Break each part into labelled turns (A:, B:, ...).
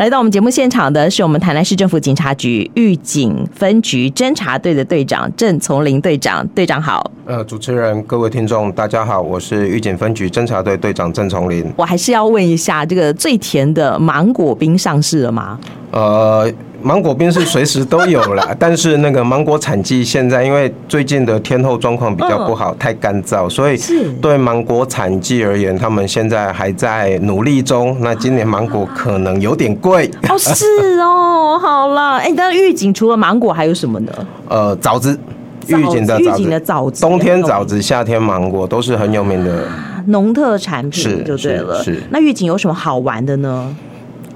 A: 来到我们节目现场的是我们台南市政府警察局狱警分局侦查队的队长郑从林队长，队长好。
B: 呃，主持人、各位听众，大家好，我是狱警分局侦查队队长郑崇林。
A: 我还是要问一下，这个最甜的芒果冰上市了吗？
B: 呃，芒果冰是随时都有 啦，但是那个芒果产季现在因为最近的天候状况比较不好，太干燥，所以
A: 是
B: 对芒果产季而言，他们现在还在努力中。那今年芒果可能有点贵，
A: 哦，是 哦，好啦，哎，那狱警除了芒果还有什么呢？
B: 呃，枣子。
A: 枣
B: 狱警的
A: 狱
B: 枣
A: 警的
B: 子，
A: 枣子
B: 冬天枣子，夏天芒果都是很有名的。
A: 农特产
B: 是
A: 品就对了。
B: 是是
A: 那狱警有什么好玩的呢？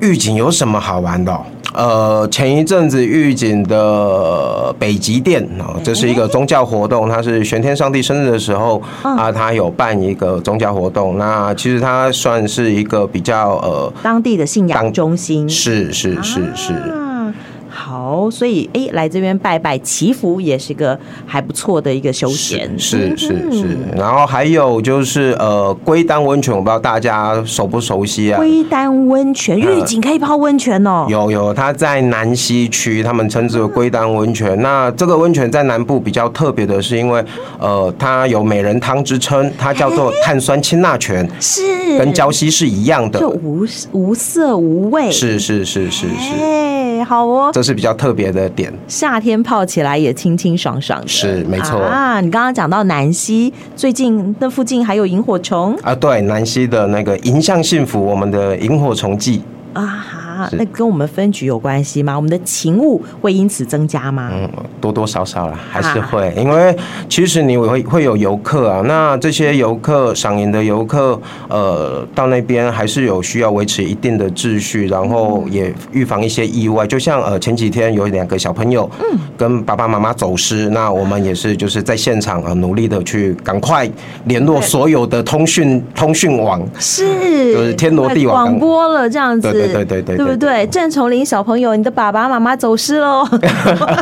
B: 预警有什么好玩的哦、呃，前一阵子预警的北极殿哦，这是一个宗教活动，它是玄天上帝生日的时候
A: 嗯
B: 啊，它有办一个宗教活动。那其实它算是一个比较呃，
A: 当地的信仰
B: 当
A: 中心
B: 是是是是，
A: 啊好，所以哎，来这边拜拜祈福也是个还不错的一个休闲。
B: 是是是是
A: 嗯。
B: 然后还有就是呃，龟丹温泉，我不知道大家熟不熟悉啊？
A: 龟丹温泉，狱警可以泡温泉哦。
B: 呃有有，它在南西区，他们称之为龟丹温泉。那这个温泉在南部比较特别的是，因为呃，它有美人汤之称，它叫做碳酸氢钠泉，
A: 是
B: 跟礁溪是一样的
A: 就。无无色无味。
B: 是是是是是，
A: 哎，好哦，
B: 这是比较特别的点。
A: 夏天泡起来也清清爽爽的。
B: 是没错
A: 啊。你刚刚讲到南溪，最近那附近还有萤火虫
B: 啊，对，南西的那个迎向幸福，我们的萤火虫季，
A: 啊哈，
B: 是
A: 那跟我们分局有关系吗？我们的勤务会因此增加吗？
B: 嗯，多多少少
A: 啊
B: 啦，还是会，因为其实你会会有游客啊，那这些游客赏银的游客，呃，到那边还是有需要维持一定的秩序，然后也预防一些意外。就像呃前几天有两个小朋友，嗯，跟爸爸妈妈走失，那我们也是就是在现场啊、呃努力的去赶快联络所有的通讯通讯 网，
A: 是，
B: 就是天罗地网
A: 广播了这样子，
B: 对对对对对
A: 对不对？郑崇林小朋友，你的爸爸妈妈走失喽，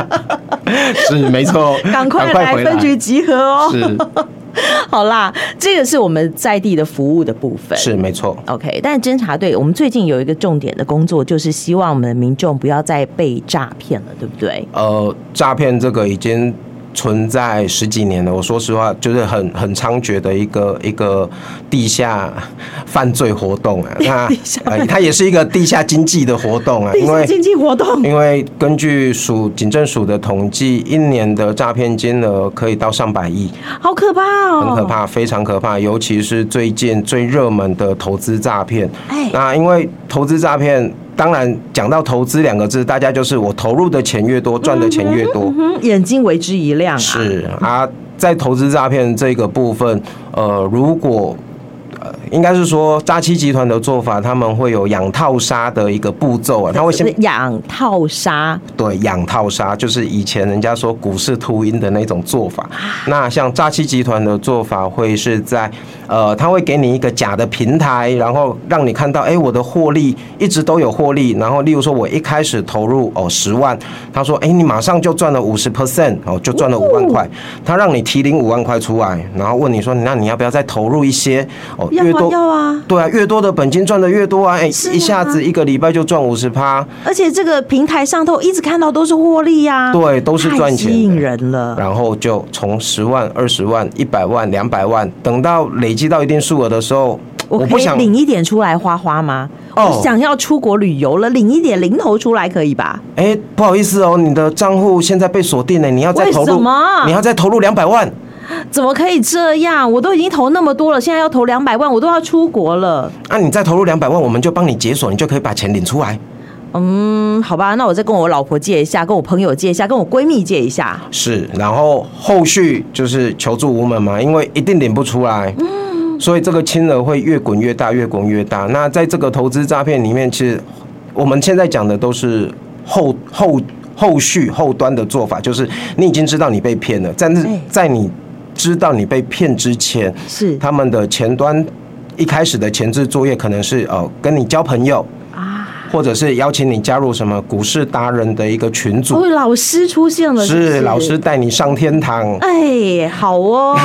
B: 是没错，
A: 赶快来
B: 回
A: 分局集合哦。
B: 是
A: 好啦，这个是我们在地的服务的部分。
B: 是没错。
A: OK，但侦查队，我们最近有一个重点的工作，就是希望我们的民众不要再被诈骗了，对不对？
B: 呃，诈骗这个已经存在十几年了。我说实话，就是很很猖獗的一个一个地下犯罪活 动啊。那
A: 地下
B: 呃，它也是一个地下经济的活动啊，
A: 地
B: 因
A: 下
B: 为。哎
A: 经济活动
B: 因为根据署警政署的统计，一年的诈骗金额可以到上百亿，
A: 好可怕哦，
B: 很可。怕，非常可怕。尤其是最近最热门的投资诈骗，
A: 哎，
B: 那因为投资诈骗，当然讲到投资两个字，大家就是我投入的钱越多，赚的钱越多。
A: 嗯，眼睛为之一亮啊！
B: 是啊，在投资诈骗这个部分，呃，如果呃，应该是说诈欺集团的做法，他们会有养套杀的一个步骤啊，他会先
A: 是养套杀，
B: 对养套杀，就是以前人家说股市秃鹰的那种做法。那像诈欺集团的做法会是在，呃，他会给你一个假的平台，然后让你看到，哎、我的获利一直都有获利。然后，例如说我一开始投入哦十万，他说，哎、你马上就赚了五十 percent 哦，就赚了五万块。他让你提领五万块出来，然后问你说，那你要不要再投入一些？哦，
A: 要
B: 越
A: 啊
B: 多。
A: 要啊！
B: 对啊，越多的本金赚的越多啊！哎、
A: 是啊
B: 一下子一个礼拜就赚五十趴，
A: 而且这个平台上头一直看到都是获利呀、
B: 对都是赚钱
A: 太
B: 的
A: 吸引人了。
B: 然后就从十万、二十万、一百万、两百万，等到累积到一定数额的时候，我
A: 我
B: 不
A: 可以
B: 想
A: 领一点出来花花吗？
B: 哦
A: 我想要出国旅游了，领一点零头出来可以吧？
B: 哎，不好意思哦，你的账户现在被锁定了，你要再投
A: 为什
B: 入
A: 么，
B: 你要再投入两百万。
A: 怎么可以这样？我都已经投那么多了，现在要投两百万，我都要出国了。
B: 啊，你再投入两百万，我们就帮你解锁，你就可以把钱领出来。
A: 嗯，好吧，那我再跟我老婆借一下，跟我朋友借一下，跟我闺蜜借一下。
B: 是，然后后续就是求助无门嘛，因为一定领不出来，所以这个金额会越滚越大，越滚越大。那在这个投资诈骗里面，其实我们现在讲的都是后后后续后端的做法，就是你已经知道你被骗了，但是
A: 对
B: 在你知道你被骗之前，
A: 是
B: 他们的前端一开始的前置作业可能是呃跟你交朋友，
A: 啊，
B: 或者是邀请你加入什么股市达人的一个群组
A: 哦，，老师出现了是不
B: 是老师。带你上 天堂，
A: 哎，好哦，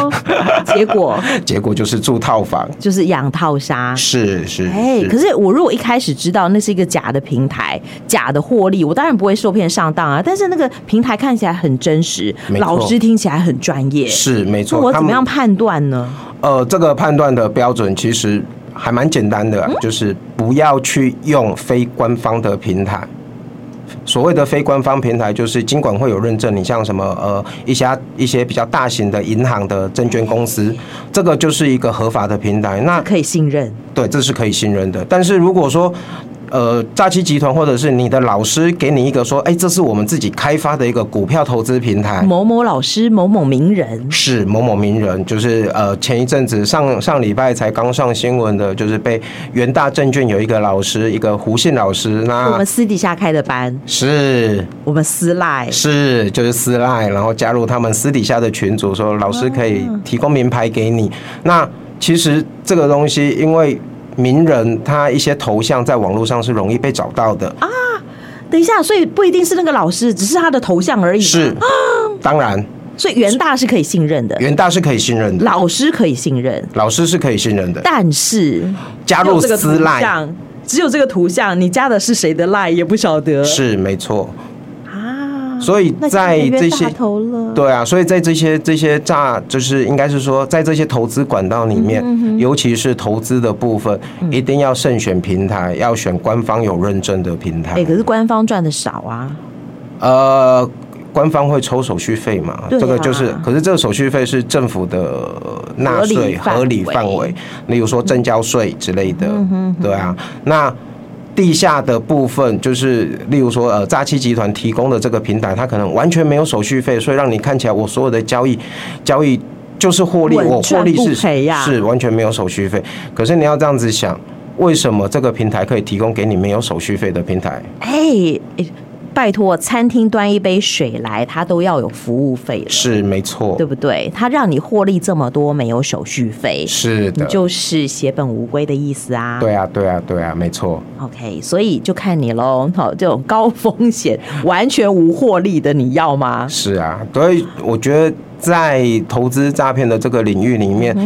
A: 结 果
B: 结果就是住套房。
A: 就是养套杀。
B: 是是，
A: 哎，
B: 是
A: 可是我如果一开始知道那是一个假的平台、假的获利，我当然不会受骗上当啊。但是那个平台看起来很真实，
B: 没错
A: 老师听起来很专业，
B: 是没
A: 那
B: 错。
A: 我
B: 他
A: 怎么
B: 们
A: 样判断呢？
B: 呃，这个判断的标准其实还蛮简单
A: 嗯
B: 的啊、就是不要去用非官方的平台。所谓的非官方平台，就是金管会有认证，你像什么呃一些一些比较大型的银行的证券公司，这个就是一个合法的平台。那
A: 可以信任
B: 对，这是可以信任的。但是如果说，呃，诈欺集团或者是你的老师给你一个说，哎、这是我们自己开发的一个股票投资平台，
A: 某某老师、某某名人，
B: 是某某名人，就是呃前一阵子上上礼拜才刚上新闻的，就是被元大证券有一个老师，一个胡信老师，
A: 我
B: 那
A: 们私底下开的班，
B: 是
A: 我们私赖，
B: 是就是私赖，然后加入他们私底下的群组，说老师可以提供名牌给你。那其实这个东西，因为名人他一些头像在网络上是容易被找到的，
A: 啊等一下，所以不一定是那个老师，只是他的头像而已。
B: 是，当然
A: 所以元大是可以信任的，
B: 元大是可以信任的，
A: 老师可以信任，
B: 老师是可以信任的，
A: 但是
B: 加入
A: 只有这个
B: 私
A: 图
B: 赖
A: 像，只有这个图像，你加的是谁的赖也不晓得。
B: 是没错。
A: 啊，
B: 所以
A: 那就
B: 在
A: 冤
B: 这些
A: 大头了，
B: 对啊，所以在这些这些诈，就是应该是说，在这些投资管道里
A: 嗯
B: 面，尤其是投资的部分，一定要慎选平台，要选官方有认证的平
A: 哎、
B: 台。
A: 可是官方赚的少啊，
B: 呃，官方会抽手续费嘛？
A: 对啊
B: 这个就是，可是这个手续费是政府的呃纳税
A: 合
B: 合
A: 理
B: 理
A: 范围
B: 范围，例如说证交税之类的，对啊，那。地下的部分就是，例如说，呃，诈欺集团提供的这个平台，它可能完全没有手续费，所以让你看起来我所有的交易，交易就是获利，
A: 稳
B: 我获
A: 赚
B: 利
A: 不
B: 是
A: 赔呀
B: 是完全没有手续费。可是你要这样子想，为什么这个平台可以提供给你没有手续费的平台？
A: 哎、哎拜托，餐厅端一杯水来，它都要有服务费了。
B: 是没错
A: 对，不对？它让你获利这么多，没有手续费，
B: 是
A: 你
B: 的。
A: 就是血本无归的意思啊。
B: 对啊，对啊，对啊，没错，
A: ，OK，所以就看你喽。好，这种高风险、完全无获利的，你要吗？
B: 是啊，所以我觉得在投资诈骗的这个领域里面，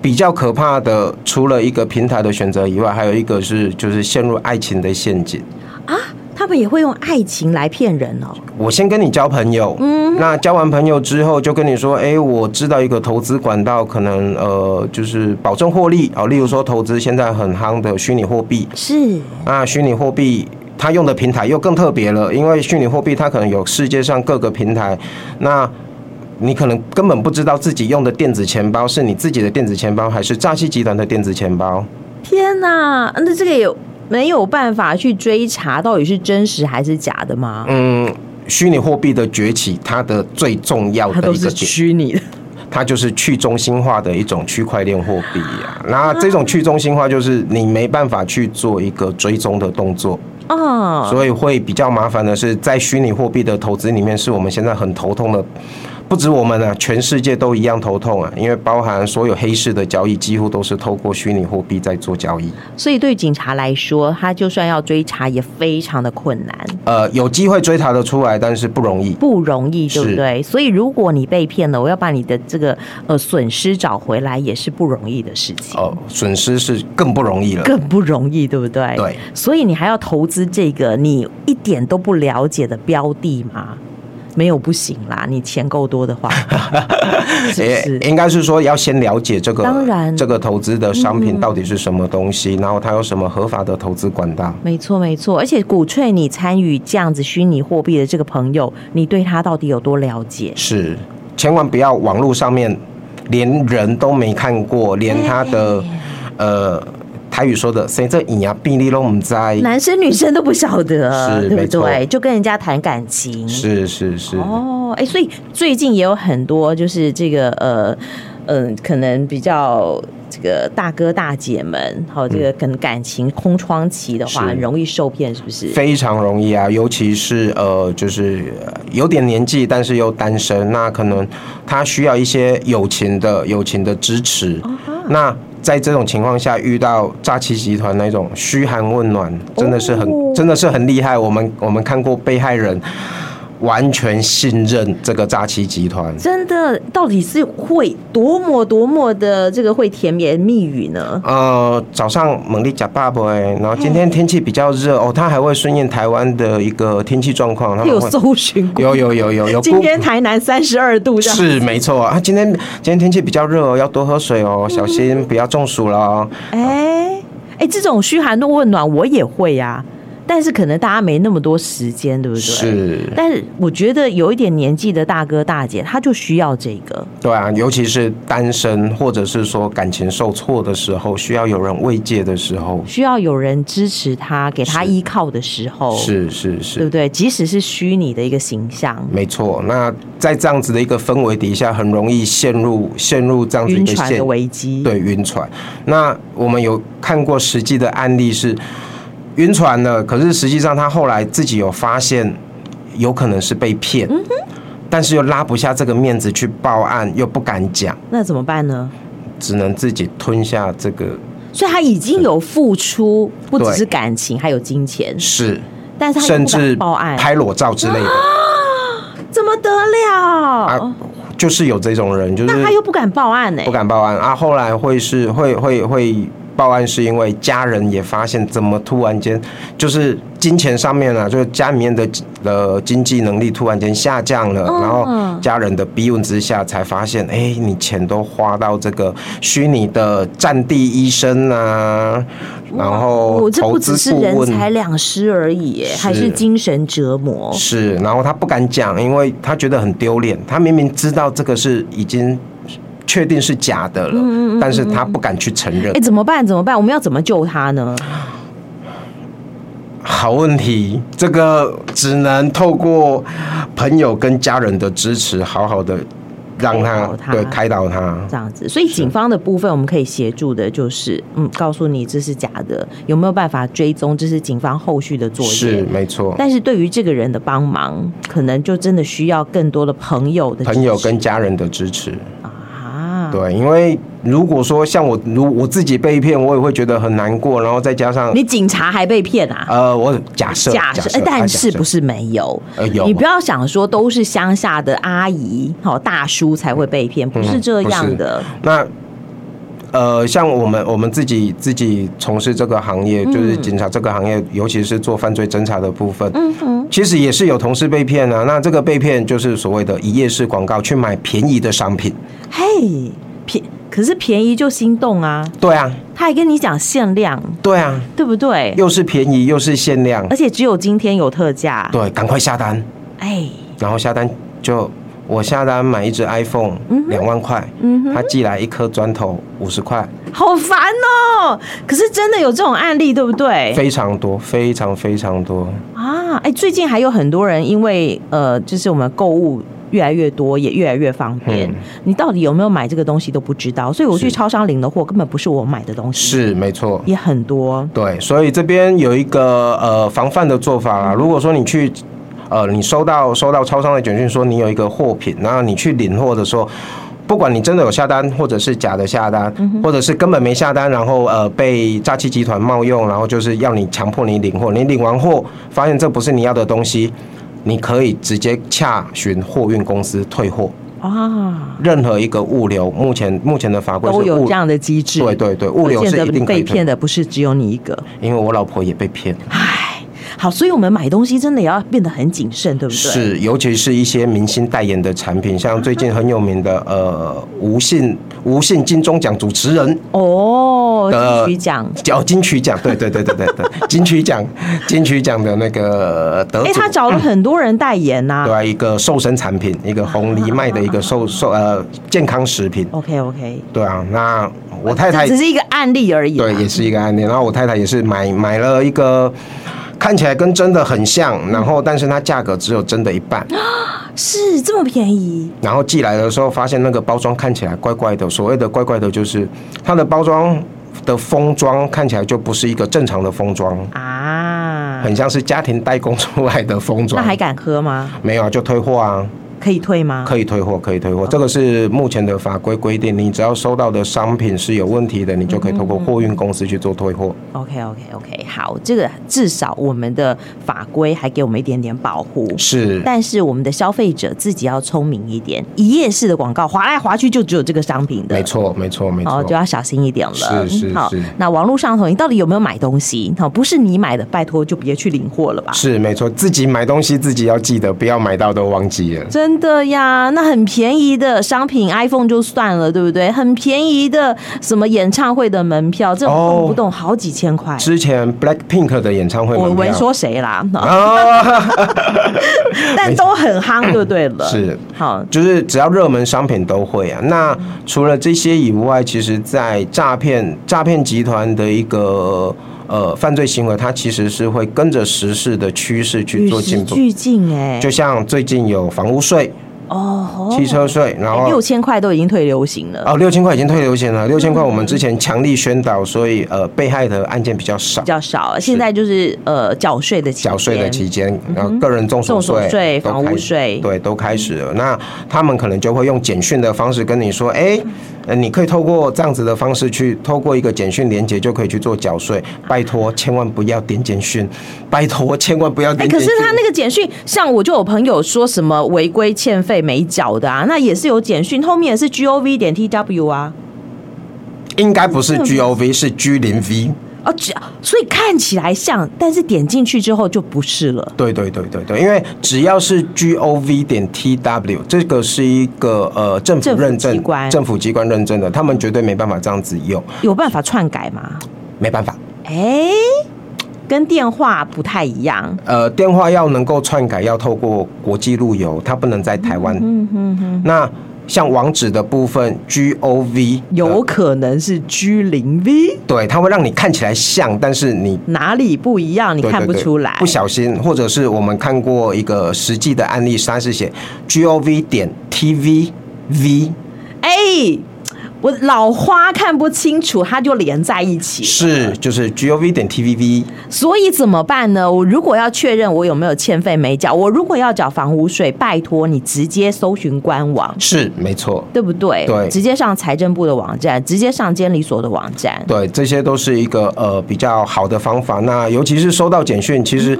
B: 比较可怕的，除了一个平台的选择以外，还有一个是就是陷入爱情的陷阱。
A: 啊他们也会用爱情来骗人哦。
B: 我先跟你交朋友，嗯，那交完朋友之后，就跟你说，哎、我知道一个投资管道，可能呃，就是保证获利哦，例如说投资现在很夯的虚拟货币，
A: 是，
B: 那虚拟货币它用的平台又更特别了，因为虚拟货币它可能有世界上各个平台，那。你可能根本不知道自己用的电子钱包是你自己的电子钱包，还是诈欺集团的电子钱包？
A: 天哪，那这个也没有办法去追查到底是真实还是假的吗？
B: 嗯，虚拟货币的崛起，它的最重要
A: 它
B: 的
A: 都
B: 一个
A: 是
B: 点，
A: 虚拟的，
B: 它就是去中心化的一种区块链货币啊。那这种去中心化就是你没办法去做一个追踪的动作，
A: 哦，
B: 所以会比较麻烦的是，在虚拟货币的投资里面，是我们现在很头痛的。不止我们啊，全世界都一样头痛啊，因为包含所有黑市的交易，几乎都是透过虚拟货币在做交易。
A: 所以对警察来说，他就算要追查也非常的困难。
B: 呃，有机会追查得出来，但是不容易。
A: 不容易，对不
B: 是
A: 对？所以如果你被骗了，我要把你的这个呃损失找回来，也是不容易的事情。
B: 哦，损失是更不容易了。
A: 更不容易，对不对？
B: 对，
A: 所以你还要投资这个你一点都不了解的标的吗？没有不行啦，你钱够多 的话，是不
B: 也
A: 是？
B: 应该是说要先了解这个，
A: 当然嗯
B: 这个投资的商品到底是什么东西，然后它有什么合法的投资管道。
A: 没错，没错，而且鼓吹你参与这样子虚拟货币的这个朋友，你对他到底有多了解？
B: 是，千万不要网络上面连人都没看过，连他的、呃台语说的“谁这影啊病例都唔在
A: 男生女生都不晓得，对
B: 是
A: 不
B: 没错
A: 对？就跟人家谈感”，情，
B: 是是是，
A: 哦，哎、所以最近也有很多就是这个呃嗯、可能比较这个大哥大姐们，好、这个跟感情空窗期的话，
B: 嗯是
A: 很容易受骗，是不是？
B: 非常容易啊，尤其是呃，就是呃有点年纪，但是又单
A: 哦
B: 身，那可能他需要一些友情的友情的支持。那在这种情况下遇到诈欺集团那种嘘寒问暖，真的是很、
A: 哦
B: 真的是很厉害。我们我们看过被害人完全信任这个诈欺集团。
A: 真的到底是会多么多么的这个会甜言蜜语呢？
B: 呃，早上猛力假爸爸，然后今天天气比较热哦，他还会顺应台湾的一个天气状况，他
A: 有
B: 们啊会
A: 搜寻过，
B: 有有有有有
A: 今天台南三十二度这样，
B: 是没错啊，今天今天天气比较热哦，要多喝水
A: 嗯
B: 哦，小心不要中暑了哦。
A: 哎哎，这种嘘寒问暖我也会呀、但是可能大家没那么多时间，对不对？。
B: 是，
A: 但是我觉得有一点年纪的大哥大姐，他就需要这个，
B: 对啊，尤其是单身或者是说感情受挫的时候，需要有人慰藉的时候，
A: 需要有人支持他、给他
B: 是
A: 依靠的时候，
B: 是是
A: 对
B: 是
A: 不，对？即使是虚拟的一个形象，
B: 没错。那在这样子的一个氛围底下，很容易陷入陷入这样子一
A: 晕
B: 个
A: 船
B: 陷
A: 的危机，
B: 对晕船。那我们有看过实际的案例是晕船了，可是实际上他后来自己有发现，有可能是被骗，但是又拉不下这个面子去报案，又不敢讲，
A: 那怎么办呢？
B: 只能自己吞下这个
A: 所以他已经有付出，不只
B: 对
A: 是感情，还有金钱，
B: 事，
A: 但是他又
B: 甚
A: 不敢
B: 至
A: 报案，哦
B: 拍裸照之类的
A: 怎么得了
B: 啊？，就是有这种人，就是
A: 那他又不敢报案呢、欸
B: 不敢报案啊。后来会是会会会报案，是因为家人也发现怎么突然间就是金钱上面啊，就是家里面的呃经济能力突然间下降了，
A: 嗯
B: 然后家人的逼问之下才发现，哎、你钱都花到这个虚拟的战地医生啊，然后
A: 我哦这
B: 投
A: 不只
B: 资
A: 是
B: 顾
A: 人
B: 问
A: 财两失而已、
B: 是
A: 还是精神折磨。
B: 是，然后他不敢讲，因为他觉得很丢脸。他明明知道这个是已经确定是假的
A: 嗯
B: 了，但是他不敢去承认
A: 哎、。怎么办？怎么办？我们要怎么救他呢？
B: 好问题，这个只能透过朋友跟家人的支持，好好的让
A: 开
B: 他
A: 导他
B: 对开导他。
A: 这样子，所以警方的部分我们可以协助的，就是嗯，告诉你这是假的，有没有办法追踪？这是警方后续的作业。
B: 是没错，
A: 但是对于这个人的帮忙，可能就真的需要更多的朋友的
B: 朋友跟
A: 支
B: 家人的支持。
A: 持啊，
B: 对，因为如果说像我，如我自己被骗，我也会觉得很难过，然后再加上
A: 你警察还被骗啊？
B: 呃，我假设
A: 假设，哎但是不
B: 是
A: 是没有？
B: 呃有
A: 你不要想说都是乡下的阿姨、好大叔才会被嗯骗，不是这样的。
B: 那呃，像我们我们自己自己从事这个行
A: 嗯
B: 业，就是警察这个行业，尤其是做犯罪侦查的部分，
A: 嗯哼，
B: 其实也是有同事被骗啊。那这个被骗就是所谓的一夜式广告，去买便宜的商品。
A: 嘿，便可是便宜就心动啊，
B: 对啊，
A: 他还跟你讲限量，
B: 对啊，
A: 对不对？
B: 又是便宜又是限量
A: 而，且只有今天有特价，
B: 对，赶快下单，
A: 哎，
B: 然后下单就。我下单买一只 iPhone，
A: 嗯
B: 两万块，他寄来一颗砖头五十块，
A: 好烦哦。可是真的有这种案例，对不对？
B: 非常多，非常非常多。
A: 啊，哎，最近还有很多人因为呃，就是我们购物。越来越多，也越来越方便。
B: 嗯
A: 你到底有没有买这个东西都不知道，所以我去
B: 是
A: 超商领的货根本不是我买的东西，
B: 是，没错。
A: 也很多。
B: 对，所以这边有一个呃防范的做法啦。如果说你去。呃，你收到收到超商的简讯说你有一个货品，然后你去领货的时候，不管你真的有下单，或者是假的下单，
A: 嗯
B: 或者是根本没下单，然后呃被诈欺集团冒用，然后就是要你强迫你领货，你领完货发现这不是你要的东西，你可以直接洽询货运公司退货。
A: 啊，
B: 任何一个物流，目前目前的法规是
A: 都有
B: 物
A: 这，样的机制。
B: 对对对，物流
A: 可
B: 是
A: 见
B: 一
A: 得
B: 定可以
A: 被
B: 退
A: 骗，的不是只有你一个。
B: 因为我老婆也被骗。
A: 唉，好，所以我们买东西真的也要变得很谨慎，对不对？，
B: 是，尤其是一些明星代言的产品，像最近很有名的呃无线无线金钟奖主持人，
A: 哦，
B: 的
A: 金曲奖。
B: 叫金曲奖，对对对对对对， 金曲奖金曲奖的那个得
A: 哎、
B: 主
A: 他。找了很多人代言呐、
B: 对啊，一个瘦身产品，一个红藜麦的一个瘦瘦呃健康食品。
A: OK OK，
B: 对啊，那我太太
A: 啊这只是一个案例而已、啊。
B: 对也是一个案例。然后我太太也是买买了一个看起来跟真的很像，然后但是它价格只有真的一半。
A: 是这么便宜
B: 然后寄来的时候，发现那个包装看起来怪怪的。所谓的怪怪的，就是它的包装的封装看起来就不是一个正常的封装，
A: 啊？
B: 很像是家庭代工出来的封装。
A: 那还敢喝吗？
B: 没有啊，就退货啊。
A: 可以退吗？
B: 可以退货，可以
A: 哦
B: 退货，这个是目前的法规规定。你只要收到的商品是有问题的，你就可以透过
A: 嗯
B: 货运公司去做退货。
A: OK OK OK，好，这个至少我们的法规还给我们一点点保护，
B: 是，
A: 但是我们的消费者自己要聪明一点，一页式的广告划来划去就只有这个商品的，
B: 没错，没错，没
A: 哦，
B: 错
A: 就。要小心一点了。
B: 是是
A: 好
B: 是，
A: 那网络上头你到底有没有买东西？好，不是你买的，拜托就别去领货了吧。
B: 是没错，自己买东西自己要记得，不要买到都忘记了。
A: 真的呀，那很便宜的商品，iPhone 就算了，对不对？很便宜的什么演唱会的门票，这种
B: 哦
A: 动不动好几千块。
B: 之前 Black Pink 的演唱会
A: 我
B: 门
A: 闻
B: 票
A: 说谁啦，
B: 啊，
A: 但都很夯就对了。
B: 是
A: 好，
B: 就是只要热门商品都会啊。那除了这些以外，其实，在诈骗诈骗集团的一个呃犯罪行为，它其实是会跟着时事的趋势去
A: 与
B: 做
A: 时
B: 进步。
A: 俱进哎、
B: 就像最近有房屋税、
A: 哦，
B: 汽车税，然后
A: 六千块都已经退流行了，
B: 哦六千块已经退流行了，六千块我们之前强力宣导，所以呃被害的案件比较少
A: 比。较少。现在就是呃缴税的期间
B: 缴税的期间，然后个人重所
A: 重所税
B: 都
A: 房屋
B: 开
A: 税
B: 对，都开始了。那他们可能就会用简讯的方式跟你说，哎、呃，你可以透过这样子的方式去，透过一个简讯连接就可以去做缴税。拜托，千万不要点简讯，拜托，千万不要
A: 哎、
B: 点
A: 可
B: 简
A: 是
B: 讯。
A: 他那个简讯，像我就有朋友说什么违规欠费没缴的啊，那也是有简讯，后面也是 G O V 点 T W 啊，
B: 应该不是 G O V，是 G 零 V。
A: 哦，只所以看起来像，但是点进去之后就不是了。
B: 对对对对对，因为只要是 G O V 点 T W，这个是一个呃政府
A: 政府
B: 认证
A: 机关
B: 政府机关认证的，他们绝对没办法这样子用，
A: 有办法篡改吗？
B: 没办法。
A: 哎、跟电话不太一样。
B: 呃，电话要能够篡改，要透过国际路由，它不能在台湾。
A: 嗯哼哼，
B: 那像网址的部分，G O V 呃
A: 有可能是 G 零 V，
B: 对，它会让你看起来像，但是你
A: 哪里不一样？你
B: 对
A: 看
B: 对
A: 不
B: 对
A: 出来。
B: 不小心，或者是我们看过一个实际的案例，它是写 G O V 点 T V V
A: 哎、我老花看不清楚，它就连在一起了。
B: 是就是 G O V 点 T V V
A: 所以怎么办呢？我如果要确认我有没有欠费没缴，我如果要缴房屋税，拜托你直接搜寻官网，
B: 是没错。
A: 对不对？
B: 对
A: 直接上财政部的网站，直接上监理所的网站。
B: 对，这些都是一个呃比较好的方法。那尤其是收到简讯，其
A: 嗯
B: 实、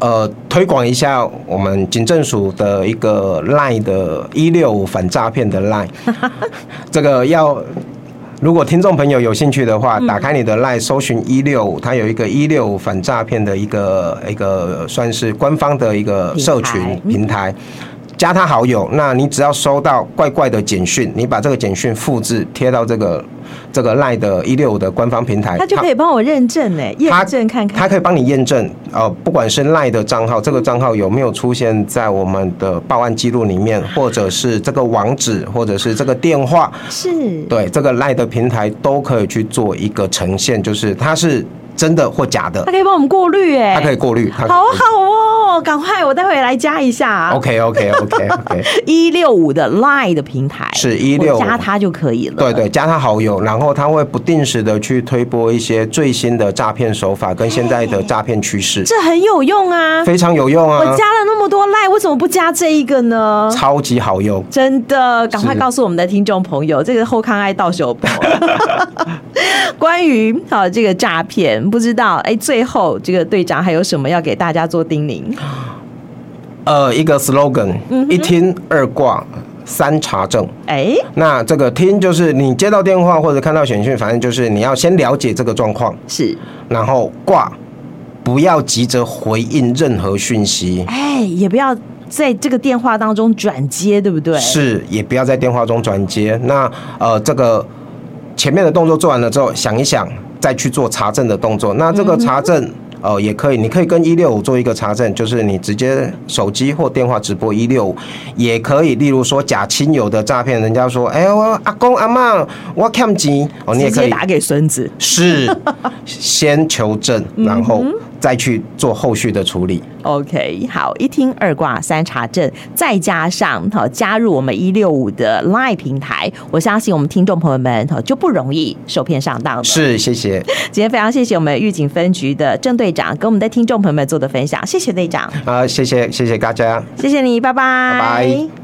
B: 呃推广一下我们警政署的一个 LINE 的一六五反诈骗的 LINE，这个要。如果听众朋友有兴趣的话，
A: 嗯
B: 打开你的 LINE 搜寻一六五，它有一个一六五反诈骗的一个一个算是官方的一个
A: 平
B: 社
A: 台
B: 群
A: 嗯
B: 平台。加他好友，那你只要收到怪怪的简讯，你把这个简讯复制贴到这个这个赖的一六的官方平台，
A: 他就可以帮我认证哎、验证看看。
B: 哎他可以帮你验证，呃，不管是赖的账号，这个账号有没有出现在我们的报案记录里面，或者是这个网址，或者是这个电话，
A: 是，
B: 对，这个赖的平台都可以去做一个呈现，就是它是真的或假的
A: 他，可以帮我们过滤哎、
B: 它可以过滤，它可以
A: 好好哦，赶快我待会来加一下。啊
B: OK OK OK OK，
A: 一六五的 Line 的平台
B: 是165
A: 我加他就可以了。
B: 对对，加他好友，然后他会不定时的去推播一些最新的诈骗手法跟现在的诈骗趋势，
A: 这很有用啊！
B: 非常有用
A: 我
B: 啊，
A: 加了那么多 Line，为什么不加这一个呢？
B: 超级好用。
A: 真的，赶快
B: 是
A: 告诉我们的听众朋友，这个后康爱到 手不？关于好这个诈骗，不知道哎，最后这个队长还有什么要给大家做叮咛？
B: 呃，一个 slogan，、一
A: 嗯
B: 听二挂三查证。
A: 哎，
B: 那这个听就是你接到电话或者看到简讯，反正就是你要先了解这个状况，
A: 是
B: 然后挂，不要急着回应任何讯息。
A: 哎，也不要在这个电话当中转接，对不对？
B: 是，也不要在电话中转接。那呃，这个前面的动作做完了之后，想一想，再去做查证的动作。那这个
A: 嗯
B: 查证。呃，也可以，你可以跟一六五做一个查证，就是你直接手机或电话直播一六五，也可以。例如说假亲友的诈骗，人家说，哎、我阿公阿妈，我欠钱，哦，你也
A: 直
B: 可
A: 接
B: 以
A: 打给孙子。
B: 是先求证，
A: 嗯
B: 然后再去做后续的处理。
A: OK，好，一听二挂三查证，再加上好加入我们一六五的 Line 平台，我相信我们听众朋友们好就不容易受骗上当了。
B: 是，谢谢，
A: 今天非常谢谢我们预警分局的郑队长跟我们的听众朋友们做的分享，谢谢队长，
B: 啊、谢谢，谢谢大家。
A: 谢谢你，拜拜，
B: 拜拜。